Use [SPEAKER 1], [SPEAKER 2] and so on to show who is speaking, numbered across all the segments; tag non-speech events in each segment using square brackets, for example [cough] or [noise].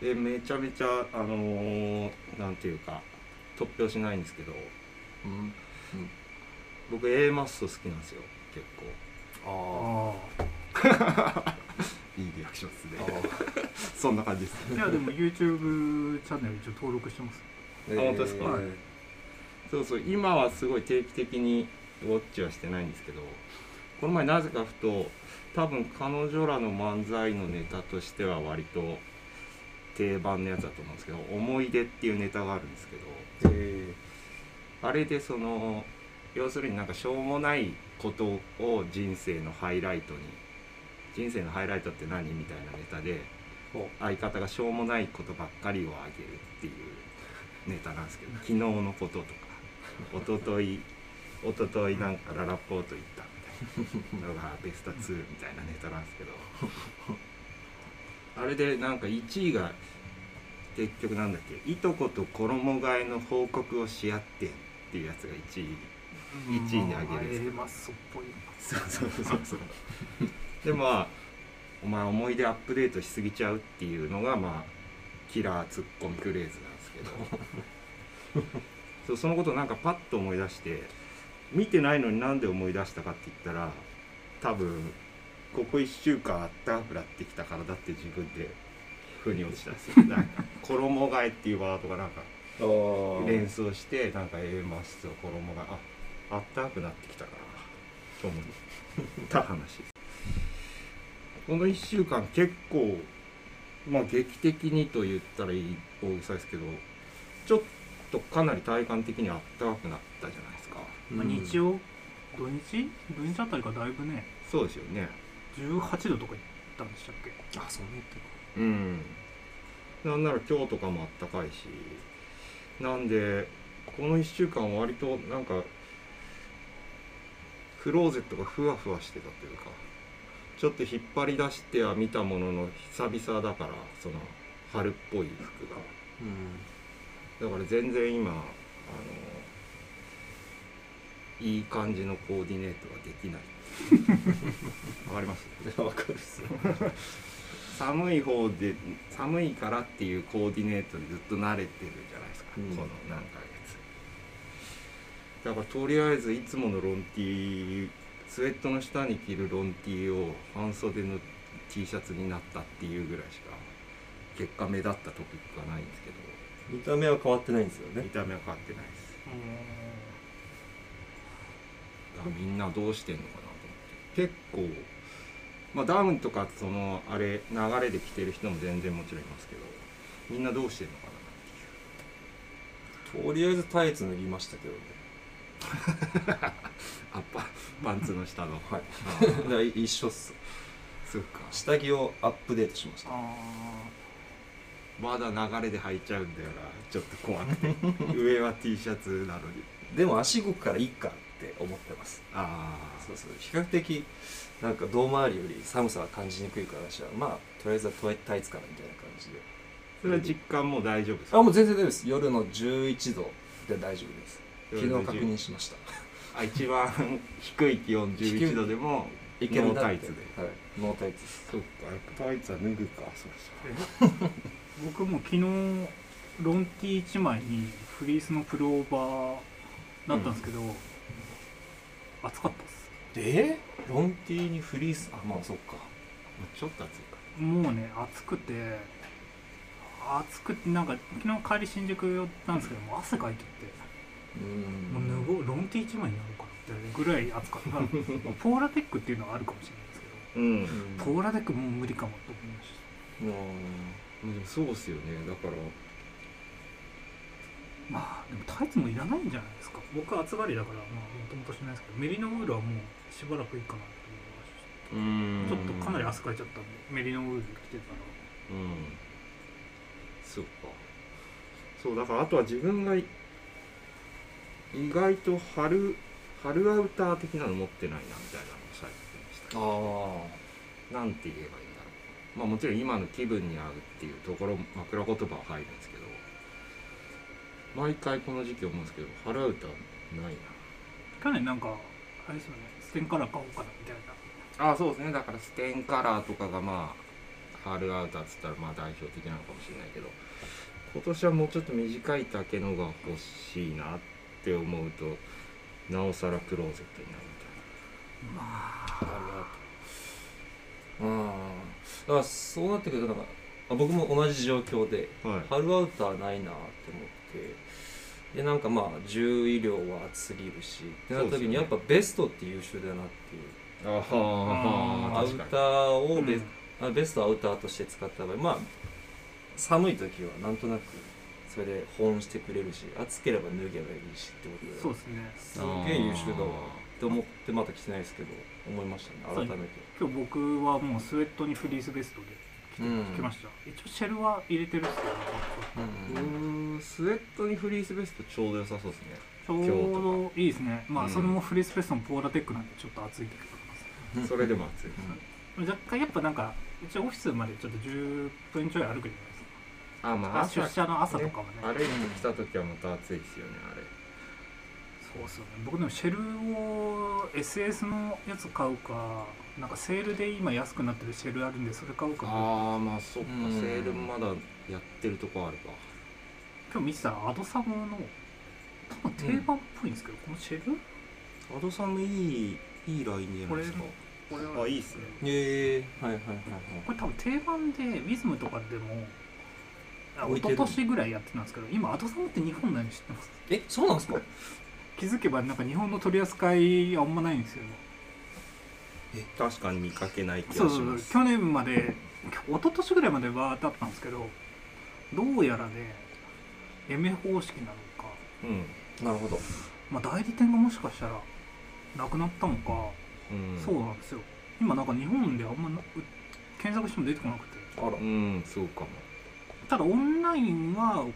[SPEAKER 1] でめちゃめちゃあのーなんていうか突拍しないんですけど
[SPEAKER 2] うん
[SPEAKER 1] 僕 A マッソ好きなんですよ結構
[SPEAKER 2] あ
[SPEAKER 3] あ
[SPEAKER 2] あいいリアクションですね
[SPEAKER 1] あ [laughs]
[SPEAKER 2] そんな感じです
[SPEAKER 3] あいやでも YouTube チャンネル一応登録してます
[SPEAKER 1] あ本当ですか
[SPEAKER 2] えー
[SPEAKER 3] はい
[SPEAKER 1] そうそう今はすごい定期的にウォッチはしてないんですけどこの前なぜかふと多分彼女らの漫才のネタとしては割と定番のやつだと思うんですけど「思い出」っていうネタがあるんですけど
[SPEAKER 2] え
[SPEAKER 1] あれでその要するになんかしょうもないことを人生のハイライトに人生のハイライトって何みたいなネタで
[SPEAKER 2] ほう
[SPEAKER 1] 相方がしょうもないことばっかりをあげるっていうネタなんですけど昨日のこと
[SPEAKER 2] [laughs]
[SPEAKER 1] とか一昨日一昨日なんかララポート行ったみたいなのがベスト2みたいなネタなんですけどあれでなんか1位が結局なんだっけいとこと衣替えの報告をし合ってっていうやつが1位一位に挙げるんですけ
[SPEAKER 3] A
[SPEAKER 1] ど
[SPEAKER 3] マッソっぽい
[SPEAKER 1] そうそうそうそうでまあお前思い出アップデートしすぎちゃうっていうのがまあキラーツッコミフレーズなんですけどそうそのことをなんかパッと思い出して見てないのになんで思い出したかって言ったら多分ここ1週間あったくなってきたからだって自分で腑に落ちたんですよなんか衣替えっていうワードがなんか
[SPEAKER 2] ああ
[SPEAKER 1] 連想してなんか A マッソ衣がああったかくなってきたからと思った話ですこの1週間結構まあ劇的にと言ったらいい大げさですけどちょっとかなり体感的にあったかくなったじゃないですか
[SPEAKER 3] まあ日曜土日土日あたりがだいぶね
[SPEAKER 1] そうですよね
[SPEAKER 3] 18度とかいったんでしたっけ
[SPEAKER 2] あそうねって
[SPEAKER 1] うんなんなら今日とかもあったかいしなんでこの1週間割となんかクローゼットがふわふわしてたというかちょっと引っ張り出しては見たものの久々だからその春っぽい服が
[SPEAKER 2] うん
[SPEAKER 1] だから全然今あのいい感じのコーディネートがで [laughs] きないわかります
[SPEAKER 2] わかるっす
[SPEAKER 1] 寒い方で寒いからっていうコーディネートにずっと慣れてるじゃないですか、
[SPEAKER 2] うん
[SPEAKER 1] この何ヶ月だからとりあえずいつものロン T スウェットの下に着るロン T を半袖の T シャツになったっていうぐらいしか結果目立ったトピックはないんですけど
[SPEAKER 2] 見た目は変わってないんですよ
[SPEAKER 1] 見
[SPEAKER 2] ね
[SPEAKER 1] た目は変わってないですだからみんなどうしてんのかなと思って結構まあダウンとかそのあれ流れで着てる人も全然もちろんいますけどみんなどうしてんのかなっていう
[SPEAKER 2] とりあえずタイツ脱ぎましたけどね
[SPEAKER 1] あパパンツの下の
[SPEAKER 2] はい
[SPEAKER 1] あ
[SPEAKER 2] だから一緒っす
[SPEAKER 1] そうか
[SPEAKER 2] 下着をアップデートしました
[SPEAKER 3] あ
[SPEAKER 1] まだ流れで履いちゃうんだよなちょっと怖くて [laughs] 上は T シャツなのに
[SPEAKER 2] でも足動くからいいかって思ってます
[SPEAKER 1] あ
[SPEAKER 2] そうそう比較的なんか胴回りより寒さは感じにくいから私はまあとりあえずはトイタイツからみたいな感じで
[SPEAKER 1] それは実感も大丈夫ですか
[SPEAKER 2] あもう全然大丈夫です夜の11度で大丈夫です昨日確認しました
[SPEAKER 1] あ一番低い気温11度でも
[SPEAKER 2] いけるな
[SPEAKER 1] ノータイツ
[SPEAKER 2] で、はい、ノータイツです
[SPEAKER 1] そうかやっぱタイツは脱ぐかそう
[SPEAKER 3] ー [laughs] 僕も昨日ロン T 一枚にフリースのプローバーだったんですけど、暑かったっす
[SPEAKER 2] でロンティーにフリースあまあそっか
[SPEAKER 1] ちょっと暑いか
[SPEAKER 3] もうね暑くて暑くてなんか昨日帰り新宿寄ったんですけどもう汗かいてって
[SPEAKER 2] うん
[SPEAKER 3] もう脱ごうロン T 一枚になるかなってぐらい暑か [laughs] ったまあポーラテックっていうのはあるかもしれないですけど
[SPEAKER 1] うん
[SPEAKER 2] うん
[SPEAKER 3] ポーラテックもう無理かもと思いまし
[SPEAKER 2] う
[SPEAKER 1] でもそうっすよねだから
[SPEAKER 3] たまあでもタイツもいらないんじゃないですか僕は暑がりだからまあもともとしないですけどメリノウールはもうしばらくいいかなと
[SPEAKER 1] う
[SPEAKER 3] 思
[SPEAKER 1] ん
[SPEAKER 3] いましたちょっとかなり汗かいちゃったんでメリノウール着てたら
[SPEAKER 1] うんそうかそうだからあとは自分がい意外と春春アウター的なの持ってないなみたいなのを最近でした
[SPEAKER 2] ああ
[SPEAKER 1] なんて言えばいいんだろうまあもちろん今の気分に合うっていうところ枕言葉は入るんですけど毎回この時期思うんですけど春アウターない
[SPEAKER 3] 去年なんかあれですよねステンカラー買おうかなみたいな
[SPEAKER 1] なあそうですねだからステンカラーとかがまあパールアウターっつったらまあ代表的なのかもしれないけど今年はもうちょっと短い丈のが欲しいなって思うとなおさらクローゼットになるみたいな。
[SPEAKER 2] あるなとうんだからそうなってくるとなんかあ僕も同じ状況で
[SPEAKER 1] はい、
[SPEAKER 2] 春アウターないなって思ってでなんかまあ重衣料は厚すぎるしってなっ
[SPEAKER 1] そう
[SPEAKER 2] た時に
[SPEAKER 1] ですよね
[SPEAKER 2] やっぱベストって優秀だなっていう
[SPEAKER 1] あは
[SPEAKER 2] アウ
[SPEAKER 1] 確か
[SPEAKER 2] ターをベ,、
[SPEAKER 3] うん
[SPEAKER 2] あベストアウターとして使った場合まあ寒い時はなんとなくそれで保温してくれるし暑ければ脱げばいいしってことで
[SPEAKER 3] そうですね
[SPEAKER 2] す
[SPEAKER 1] に
[SPEAKER 2] げえ優秀だわって思ってまた着てないですけど思いましたね改めて
[SPEAKER 3] 今日僕はもうスウェットにフリースベストで着て、
[SPEAKER 2] うん
[SPEAKER 3] 着ました一応シェルは入れてるっすよね
[SPEAKER 2] うん
[SPEAKER 1] うんスウェットにフリースベストちょうど良さそうですね
[SPEAKER 3] ちょうどいいですねまあ、
[SPEAKER 1] うん
[SPEAKER 3] それもフリースベストのポーラテックなんでちょっと暑いけど
[SPEAKER 2] うん
[SPEAKER 1] それでも暑い
[SPEAKER 3] 若干やっぱなんかうちオフィスまでちょっと10分ちょい歩くじゃないですか
[SPEAKER 1] あまあ
[SPEAKER 3] あ
[SPEAKER 1] 朝
[SPEAKER 3] 出社の朝とかもね
[SPEAKER 1] 歩いてきた時はまた暑いですよねあれ
[SPEAKER 3] そうっすよね僕でもシェルを SS のやつ買うかなんかセールで今安くなってるシェルあるんでそれ買うか今
[SPEAKER 1] ああまあそっか
[SPEAKER 2] うん
[SPEAKER 1] セールもまだやってるとこあるか
[SPEAKER 3] 日見てたらアドサモの多分定番っぽいんですけど、このシェル
[SPEAKER 1] アドさんもいいいいラインじゃないですか
[SPEAKER 3] ここれは
[SPEAKER 1] あいいっすね
[SPEAKER 2] うんへえはいはいはい
[SPEAKER 3] これ多分定番でウィズムとかでもあ
[SPEAKER 2] 置い
[SPEAKER 3] 一
[SPEAKER 2] てる
[SPEAKER 3] 昨年ぐらいやってたんですけど今アドサモって日本ないの知ってます
[SPEAKER 2] えそうなんですか
[SPEAKER 3] 気づけばなんか日本の取り扱いあんまないんですよ
[SPEAKER 1] 確かに見かけない気
[SPEAKER 3] そ
[SPEAKER 1] が
[SPEAKER 3] う
[SPEAKER 1] し
[SPEAKER 3] そう
[SPEAKER 1] ま
[SPEAKER 3] そう
[SPEAKER 1] す
[SPEAKER 3] 去年まで一昨年ぐらいまではだったんですけどどうやらねエメ方式なのか、
[SPEAKER 1] うん
[SPEAKER 2] なるほど
[SPEAKER 3] まあ、代理店がもしかしたらなくなったのか、
[SPEAKER 1] うん
[SPEAKER 3] そうなんですよ今なんか日本であんまなう検索しても出てこなくて
[SPEAKER 2] あら
[SPEAKER 1] うんそうかも
[SPEAKER 3] ただオンラインは送っ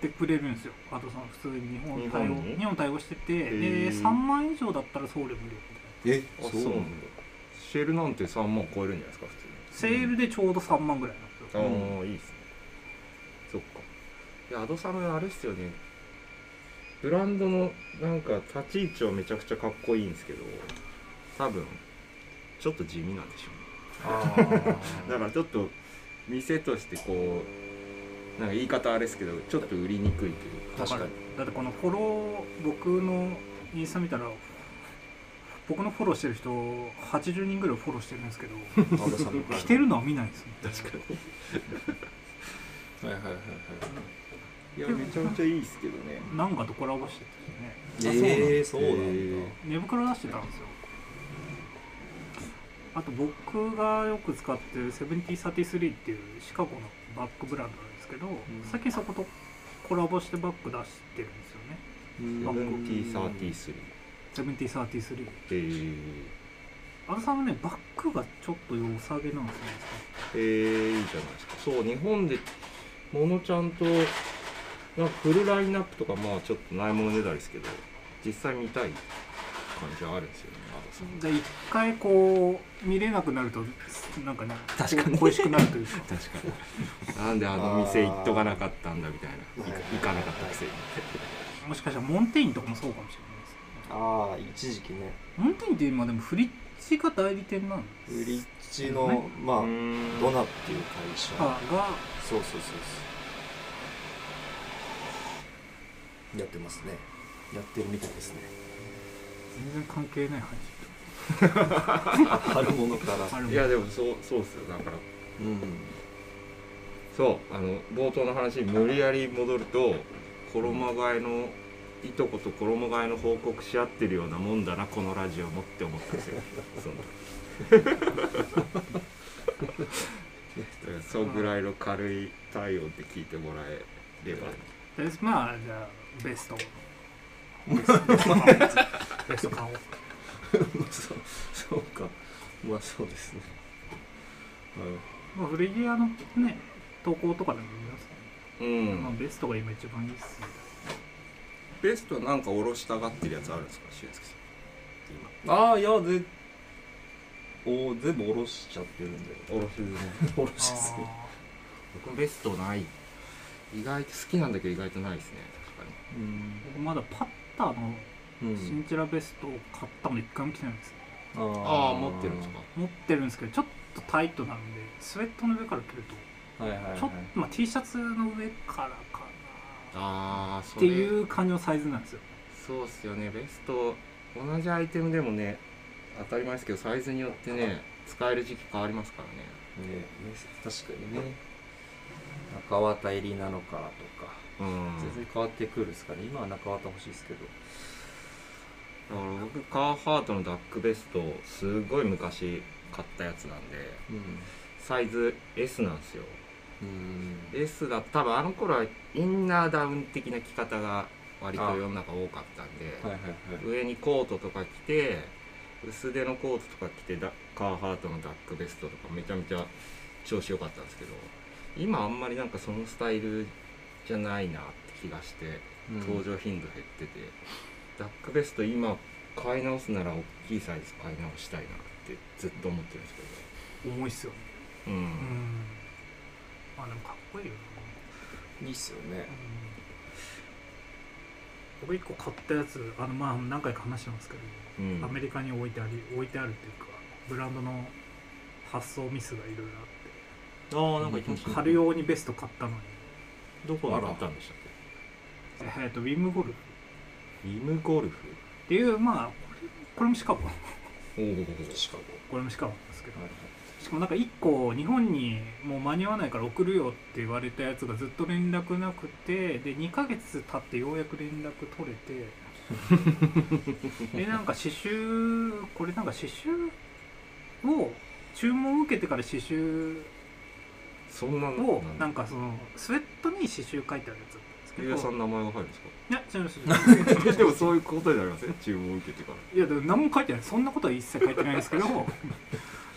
[SPEAKER 3] てくれるんですよ加藤さん普通に日本対応
[SPEAKER 1] 日本に
[SPEAKER 3] 日本対応しててで
[SPEAKER 1] へー
[SPEAKER 3] 3万円以上だったら送料無料みたいな
[SPEAKER 2] え
[SPEAKER 1] あそうなんだシェルなんて3万超えるんじゃないですか普通に
[SPEAKER 3] セールでちょうど3万ぐらいなんですよ
[SPEAKER 1] ああ、いいっすねそっかいやアドサムあれっすよねブランドのなんか立ち位置はめちゃくちゃかっこいいんですけど多分ちょっと地味なんでしょ
[SPEAKER 2] あ
[SPEAKER 1] うねだからちょっと店としてこうなんか言い方あれっすけどちょっと売りにくいというか
[SPEAKER 2] [laughs] 確かに
[SPEAKER 3] だってこのフォロー僕のインスタ見たら僕のフォローしてる人80人ぐらいフォローしてるんです
[SPEAKER 1] [laughs]
[SPEAKER 3] けど
[SPEAKER 2] 青田さんも
[SPEAKER 3] 着てるのは見ないんですよ
[SPEAKER 1] 確か
[SPEAKER 2] はいはいはいはい
[SPEAKER 1] にいやめちゃめちゃいいっすけどね
[SPEAKER 3] なんかとコラボしてたしね
[SPEAKER 2] ええ
[SPEAKER 1] そ
[SPEAKER 2] そうう
[SPEAKER 1] な
[SPEAKER 2] なんん
[SPEAKER 1] だ
[SPEAKER 2] だ、
[SPEAKER 3] 寝袋出してたんですよあと僕がよく使ってるセブンティサティスリーっていうシカゴのバッグブランドなんですけど、最近そことコラボしてバッグ出してるんですよね
[SPEAKER 1] セブンティサーティスリ
[SPEAKER 3] セブンティサーティスリー
[SPEAKER 1] ー
[SPEAKER 3] あのさんはねバッグがちょっと良さげなんですね
[SPEAKER 1] えー、いいじゃないですかそう日本でものちゃんとなんかフルラインナップとかまあちょっとないものねだりですけど実際見たい感じはあるんですよねアドさん
[SPEAKER 3] で一回こう見れなくなるとなんかね
[SPEAKER 2] 確かに
[SPEAKER 3] 恋しくなると [laughs] いうか
[SPEAKER 1] 確かになんであの店行っとかなかったんだみたいない
[SPEAKER 2] はい
[SPEAKER 1] 行かなかったくせに
[SPEAKER 3] もしかしたらモンテインとかもそうかもしれないですね
[SPEAKER 2] ああ一時期ね
[SPEAKER 3] モンテインって今でもフリッチが代理店なんです
[SPEAKER 2] ブリッジの、まあ、
[SPEAKER 1] ん
[SPEAKER 2] ドナっていう会社
[SPEAKER 3] が
[SPEAKER 2] そうそうそうそうやってますねやってるみたいですね
[SPEAKER 3] 全然関係ない話
[SPEAKER 2] 春物から
[SPEAKER 3] あるもん
[SPEAKER 1] いやでもそうそうっすよだから
[SPEAKER 2] うん [laughs]
[SPEAKER 1] そうあの冒頭の話に無理やり戻ると衣替えのいとこと衣替えの報告し合ってるようなもんだなこのラジオもって思ったんです [laughs] よその [laughs] だからそんぐらいの軽い体温って聞いてもらえれば
[SPEAKER 3] でまあじゃあベストベスト買おう
[SPEAKER 2] そうそうかまあそうですね
[SPEAKER 3] まあフレギュアのね投稿とかでも見ますね、
[SPEAKER 1] う
[SPEAKER 3] まあ、
[SPEAKER 1] ん
[SPEAKER 3] ベストが今一番いいっすね
[SPEAKER 1] ベストなんかおろしたがってるやつあるんですか俊介さん
[SPEAKER 2] ああいやでお全部下ろしちゃってるんで
[SPEAKER 1] おろしね
[SPEAKER 2] 下ろしすぎ
[SPEAKER 1] 僕もベストない意外と好きなんだけど意外とないですね確かに
[SPEAKER 2] [laughs] うん
[SPEAKER 3] 僕まだパッターのシンチェラベストを買ったの一回も着てないんですよ
[SPEAKER 2] あー
[SPEAKER 1] ああ持ってるんですか
[SPEAKER 3] 持ってるんですけどちょっとタイトなんでスウェットの上から着ると
[SPEAKER 2] はいはいはい
[SPEAKER 3] ちょっと、まあ、T シャツの上からかな
[SPEAKER 1] ああ
[SPEAKER 3] っ
[SPEAKER 1] そ
[SPEAKER 3] て
[SPEAKER 1] れ
[SPEAKER 3] いう感じのサイズなんですよ
[SPEAKER 1] そうっすよねベスト同じアイテムでもね当たり前ですけどサイズによってね使える時期変わりますからね
[SPEAKER 2] ね確かにね中綿入りなのかとか
[SPEAKER 1] うん
[SPEAKER 2] 全然変わってくるですから、ね、今は中綿欲しいですけど
[SPEAKER 1] だから僕カーハートのダックベストすごい昔買ったやつなんで
[SPEAKER 2] うん
[SPEAKER 1] サイズ S なんですよ
[SPEAKER 2] うん、
[SPEAKER 1] S だと多分あの頃はインナーダウン的な着方が割と世の中多かったんで、
[SPEAKER 2] はいはいはい
[SPEAKER 1] 上にコートとか着て薄手のコートとか着てダカーハートのダックベストとかめちゃめちゃ調子良かったんですけど今あんまりなんかそのスタイルじゃないなって気がして登場頻度減ってて、ダックベスト今買い直すなら大きいサイズ買い直したいなってずっと思ってるんですけ
[SPEAKER 3] 重いっすよね
[SPEAKER 1] ど、うん
[SPEAKER 3] うんまあでもかっこいいよ
[SPEAKER 2] いいっすよね
[SPEAKER 3] な、うん、僕一個買ったやつあのまあ何回か話してますけど、
[SPEAKER 1] うん
[SPEAKER 3] アメリカに置いてあり置いてあるっていうかブランドの発送ミスがいろいろあ
[SPEAKER 2] あ
[SPEAKER 3] って
[SPEAKER 2] あなんか言ってましたね
[SPEAKER 3] 春用にベスト買ったのに、
[SPEAKER 1] どこ
[SPEAKER 2] の
[SPEAKER 1] の
[SPEAKER 2] 買
[SPEAKER 1] 買
[SPEAKER 2] っ
[SPEAKER 1] ったたんでしたっけ
[SPEAKER 3] えっとウィムゴルフっ
[SPEAKER 1] リムゴルフ
[SPEAKER 3] ていうまあこれこれもシカゴ
[SPEAKER 1] おお
[SPEAKER 2] シカゴ
[SPEAKER 3] これもシカゴなんですけど
[SPEAKER 2] はい
[SPEAKER 3] しかもなんか1個日本にもう間に合わないから送るよって言われたやつがずっと連絡なくてで2ヶ月経ってようやく連絡取れてでなんか刺繍これなんか刺繍を注文を受けてから刺繍
[SPEAKER 1] そんな
[SPEAKER 3] を
[SPEAKER 1] の
[SPEAKER 3] なんかそのスウェットに刺繍書いてあるやつだったんですけ
[SPEAKER 1] ゆうやさ
[SPEAKER 3] ど
[SPEAKER 1] んの名前が入るんですか
[SPEAKER 3] いや違います違いま
[SPEAKER 1] い
[SPEAKER 3] す
[SPEAKER 1] やでもそういうことになりますね注文を受けてから
[SPEAKER 3] いやでも何も書いてないそんなことは一切書いてないんですけど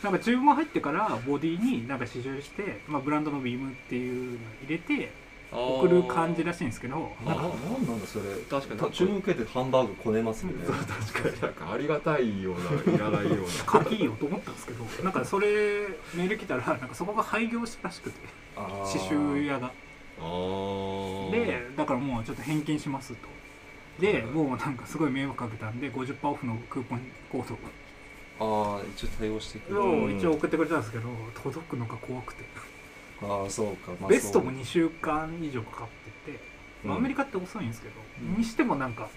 [SPEAKER 3] なんか注文入ってからボディになんか試乗して、まあ、ブランドのビームっていうのを入れて送る感じらしいんですけど
[SPEAKER 2] なんかなんなんだそれ
[SPEAKER 1] 確かになんか
[SPEAKER 2] 注文受けてハンバーグこねます [laughs] みたいな
[SPEAKER 1] 確かになんかありがたいようないらないよう
[SPEAKER 3] [laughs]
[SPEAKER 1] な
[SPEAKER 3] 書きよと思ったんですけどなんかそれメール来たらなんかそこが廃業したらしくて
[SPEAKER 2] あー
[SPEAKER 3] 刺繍屋が
[SPEAKER 1] あー
[SPEAKER 3] でだからもうちょっと返金しますとでもうなんかすごい迷惑かけたんで50%オフのクーポンコー
[SPEAKER 2] ああ一応対応してく
[SPEAKER 3] ド
[SPEAKER 2] る
[SPEAKER 3] を一応送ってくれたんですけど届くのが怖くて
[SPEAKER 2] ああそうか、まあ、
[SPEAKER 3] ベストも
[SPEAKER 2] そう
[SPEAKER 3] 2週間以上かかってて、まあ、アメリカって遅いんですけど、
[SPEAKER 2] うん
[SPEAKER 3] にしてもなんか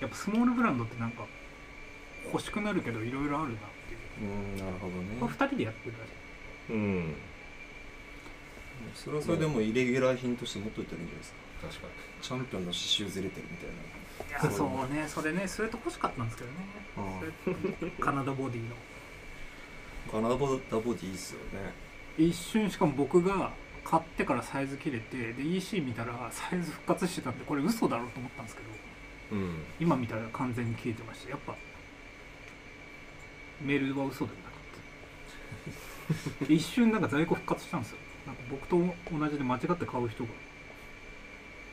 [SPEAKER 3] やっぱスモールブランドってなんか欲しくなるけどいろいろあるなっていう
[SPEAKER 2] うんなるほどね
[SPEAKER 3] これ2人でやってるらしい
[SPEAKER 1] うん
[SPEAKER 2] それはそれでもイレギュラー品として持っといたらいいんじゃないですか
[SPEAKER 1] 確か
[SPEAKER 2] チャンピオンの刺繍ずれてるみたいない
[SPEAKER 3] や
[SPEAKER 2] そう
[SPEAKER 3] そうねそれねスウェット欲しかったんですけどね
[SPEAKER 2] あ
[SPEAKER 3] スウェットカナダボディの
[SPEAKER 2] カナダボダボディいいっすよね
[SPEAKER 3] 一瞬しかも僕が買ってからサイズ切れてで EC 見たらサイズ復活してたんでこれ嘘だろうと思ったんですけど
[SPEAKER 1] にうん
[SPEAKER 3] 今見たら完全に消えてましたやっぱメールは嘘でなかった
[SPEAKER 1] [laughs]
[SPEAKER 3] 一瞬なんか在庫復活したんですよなんか僕と同じで間違って買う人が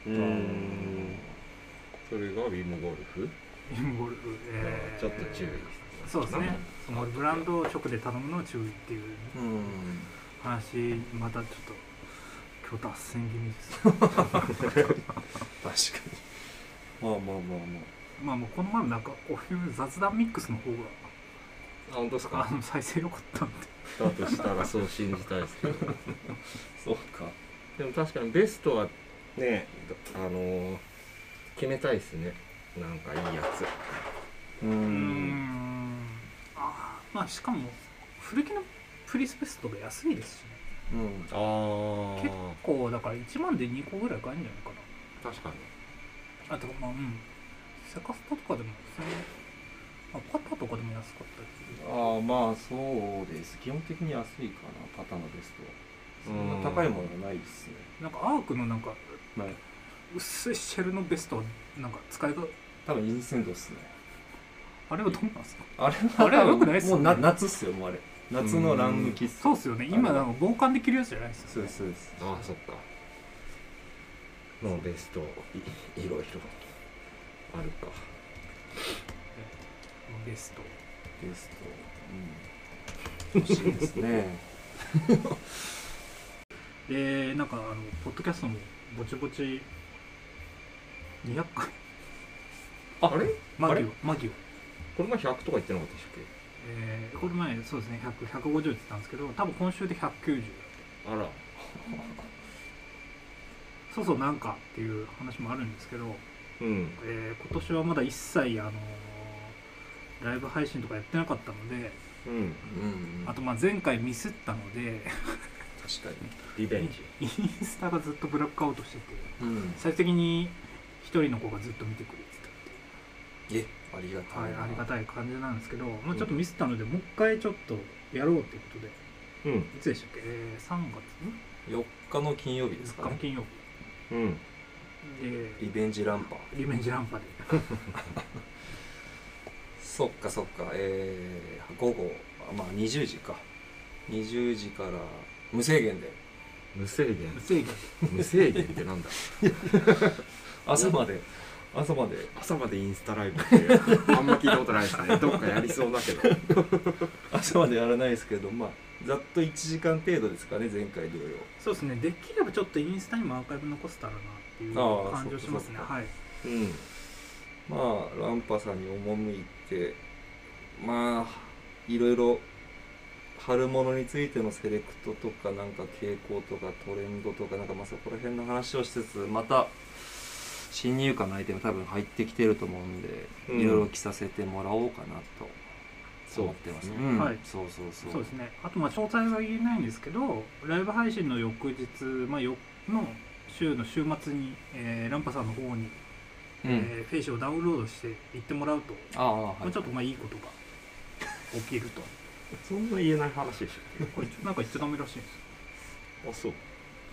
[SPEAKER 1] うそれがウィムゴルフ、
[SPEAKER 3] インボルブえー
[SPEAKER 1] ちょっと注意
[SPEAKER 3] そうですねそのブラン
[SPEAKER 1] ド
[SPEAKER 3] ド直で頼むのは注意っていう
[SPEAKER 2] うん
[SPEAKER 3] 話またちょっと今日脱線気味です
[SPEAKER 2] 確かにまあまあまあまあ
[SPEAKER 3] まあもうこの前もなんかお昼雑談ミックスの方が
[SPEAKER 1] あ本当ですか
[SPEAKER 3] あの再生良かったんで
[SPEAKER 1] だとしたらそう信じたいですけど
[SPEAKER 3] [laughs]
[SPEAKER 2] そうか
[SPEAKER 1] でも確かにベストはねあのー決めたいですねなんかいいやつ
[SPEAKER 2] う
[SPEAKER 3] うー
[SPEAKER 2] ん
[SPEAKER 3] んあーまあしかも古着のフリースベストが安いですしね
[SPEAKER 2] うん
[SPEAKER 1] ああ
[SPEAKER 3] 結構だから1万で2個ぐらい買えるんじゃないか
[SPEAKER 1] 確かに
[SPEAKER 3] なあとまあうんセカスタとかでも普通に、まあ、パタとかでも安かったりする
[SPEAKER 2] ああまあそうです基本的に安いかなパターンのベストはそんな高いものはないですね
[SPEAKER 3] なんかアークのなんか
[SPEAKER 2] ない
[SPEAKER 3] 薄いシェルのベストはなんか使いが
[SPEAKER 2] 多分インセンドっすね
[SPEAKER 3] あれはどうなんですか
[SPEAKER 2] あれ
[SPEAKER 3] あれは良くないっすよね
[SPEAKER 2] もうな夏っすよもうあれ夏のラン向きっす
[SPEAKER 3] そうっすよね今なんか防寒できるやつじゃないです
[SPEAKER 2] そ
[SPEAKER 3] よ
[SPEAKER 2] うで
[SPEAKER 3] ね
[SPEAKER 2] すそうです
[SPEAKER 1] ああそっかもうベストいいろいろあるか
[SPEAKER 3] ベスト
[SPEAKER 2] ベスト、うん、欲しいですね
[SPEAKER 3] でなんかあのポッドキャストもぼちぼち200回
[SPEAKER 1] あれ
[SPEAKER 3] マ
[SPEAKER 1] あ
[SPEAKER 3] ギ
[SPEAKER 1] れ
[SPEAKER 3] オマギオ
[SPEAKER 1] これ前100とか言ってなかったでしたっ
[SPEAKER 3] えーこれ前そうですね100 150って言ったんですけど多分今週で190
[SPEAKER 1] あら
[SPEAKER 3] そうそうなんかっていう話もあるんですけど、
[SPEAKER 1] うん
[SPEAKER 3] えー今年はまだ一切あのーライブ配信とかやってなかったので
[SPEAKER 1] うん
[SPEAKER 2] うん
[SPEAKER 3] あとまあ前回ミスったので [laughs]
[SPEAKER 2] 確か
[SPEAKER 1] リベンジ
[SPEAKER 3] インスタがずっとブラックアウトしてて
[SPEAKER 2] にうん
[SPEAKER 3] 最終的に一人の子がずっと見てくれて
[SPEAKER 2] えありが
[SPEAKER 3] た、は
[SPEAKER 2] た
[SPEAKER 3] い
[SPEAKER 2] い、
[SPEAKER 3] ありがたい感じなんですけど、まあ、ちょっとミスったので、もう一回ちょっとやろうってことでい
[SPEAKER 1] うん
[SPEAKER 3] つでしたっけ、えー、3月
[SPEAKER 2] 4日の金曜日です
[SPEAKER 3] 3
[SPEAKER 2] か
[SPEAKER 3] 日の
[SPEAKER 2] ね
[SPEAKER 3] 金
[SPEAKER 1] う
[SPEAKER 3] 曜
[SPEAKER 1] ん
[SPEAKER 3] 日で
[SPEAKER 2] リベンジランパー
[SPEAKER 3] リベンジランパ [laughs] で
[SPEAKER 2] そっかそっかえー、午後あまあ20時か20時から無制限で
[SPEAKER 1] 無制限
[SPEAKER 3] 無制限で
[SPEAKER 1] 無制限ってなんだ
[SPEAKER 2] 朝まで朝まで
[SPEAKER 1] [laughs] 朝までインスタライブってあんま聞いたことないですねどっかやりそうだけど
[SPEAKER 2] 朝までやらないですけどまあざっと1時間程度ですかね前回同様
[SPEAKER 3] そうですねできればちょっとインスタにもアーカイブ残せたらなっていう
[SPEAKER 2] あー
[SPEAKER 3] 感じはしますね
[SPEAKER 2] そっかそっか
[SPEAKER 3] はい
[SPEAKER 1] うん
[SPEAKER 2] まあランパさんに赴いてまあいろいろ春物についてのセレクトとかなんか傾向とかトレンドとかなんかまあそこら辺の話をしつつまた新入荷のアイテム多分入ってきてると思うんで、
[SPEAKER 1] うん
[SPEAKER 2] いろいろ着させてもらおうかなと
[SPEAKER 1] そう
[SPEAKER 2] 思ってますね。
[SPEAKER 1] うん
[SPEAKER 2] ん
[SPEAKER 3] はい
[SPEAKER 2] そうそうそう。
[SPEAKER 3] そうですねあとまあ詳細は言えないんですけどライブ配信の翌日、まあ、よの週の週末に、えーランパさんの方に、
[SPEAKER 2] うん。
[SPEAKER 3] えーフェイシーをダウンロードして行ってもらうと、
[SPEAKER 2] ああはい。
[SPEAKER 3] まあちょっとまあいいことが起きると
[SPEAKER 1] そんな言えない話でし
[SPEAKER 3] これなんか言っちゃダメらしいです
[SPEAKER 1] ょあそう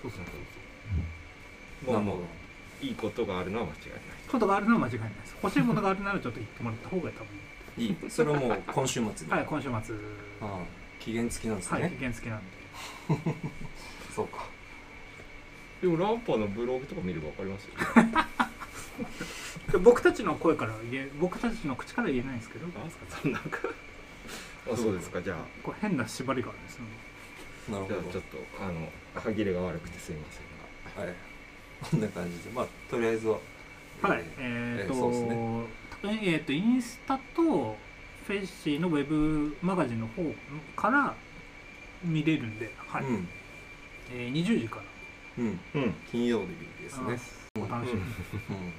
[SPEAKER 3] そうそう
[SPEAKER 1] まあ
[SPEAKER 2] なる
[SPEAKER 1] ま
[SPEAKER 2] ほど
[SPEAKER 1] あいいことがあるのは間違いない
[SPEAKER 3] ことがあるのは間違いないです欲しいものがあるならちょっと言ってもらった方が多分いい
[SPEAKER 2] いい。それはもう今週末に。
[SPEAKER 3] [laughs] はい
[SPEAKER 2] あ
[SPEAKER 3] 今週末
[SPEAKER 2] あ期限付きなんです
[SPEAKER 3] は
[SPEAKER 2] ね。
[SPEAKER 3] い期限付きなんで
[SPEAKER 2] そうか。
[SPEAKER 1] でもランパのブログとか見ればわかりますよ
[SPEAKER 3] で僕たちの声から言え僕たちの口から言えないんですけど
[SPEAKER 1] なんすかそんなんかあそうですかじゃあ
[SPEAKER 3] これ変な縛りがあるんですよね
[SPEAKER 2] なるほ
[SPEAKER 1] じゃ
[SPEAKER 2] ど。
[SPEAKER 1] あちょっとあの歯切れが悪くてすいませんが
[SPEAKER 2] はい。こんな感じで、まあ、とりあえずは。
[SPEAKER 3] はい、
[SPEAKER 2] ええ
[SPEAKER 3] えっ、
[SPEAKER 2] ーそうです
[SPEAKER 3] と、えっ、と、インスタとフェイシーのウェブマガジンの方から見れるんで、は
[SPEAKER 2] ー
[SPEAKER 3] い、
[SPEAKER 2] うん。
[SPEAKER 3] えー、20時から
[SPEAKER 2] うん。
[SPEAKER 1] うん
[SPEAKER 2] 金曜日です
[SPEAKER 3] あの
[SPEAKER 2] ね。
[SPEAKER 3] お楽しみに。
[SPEAKER 2] うん。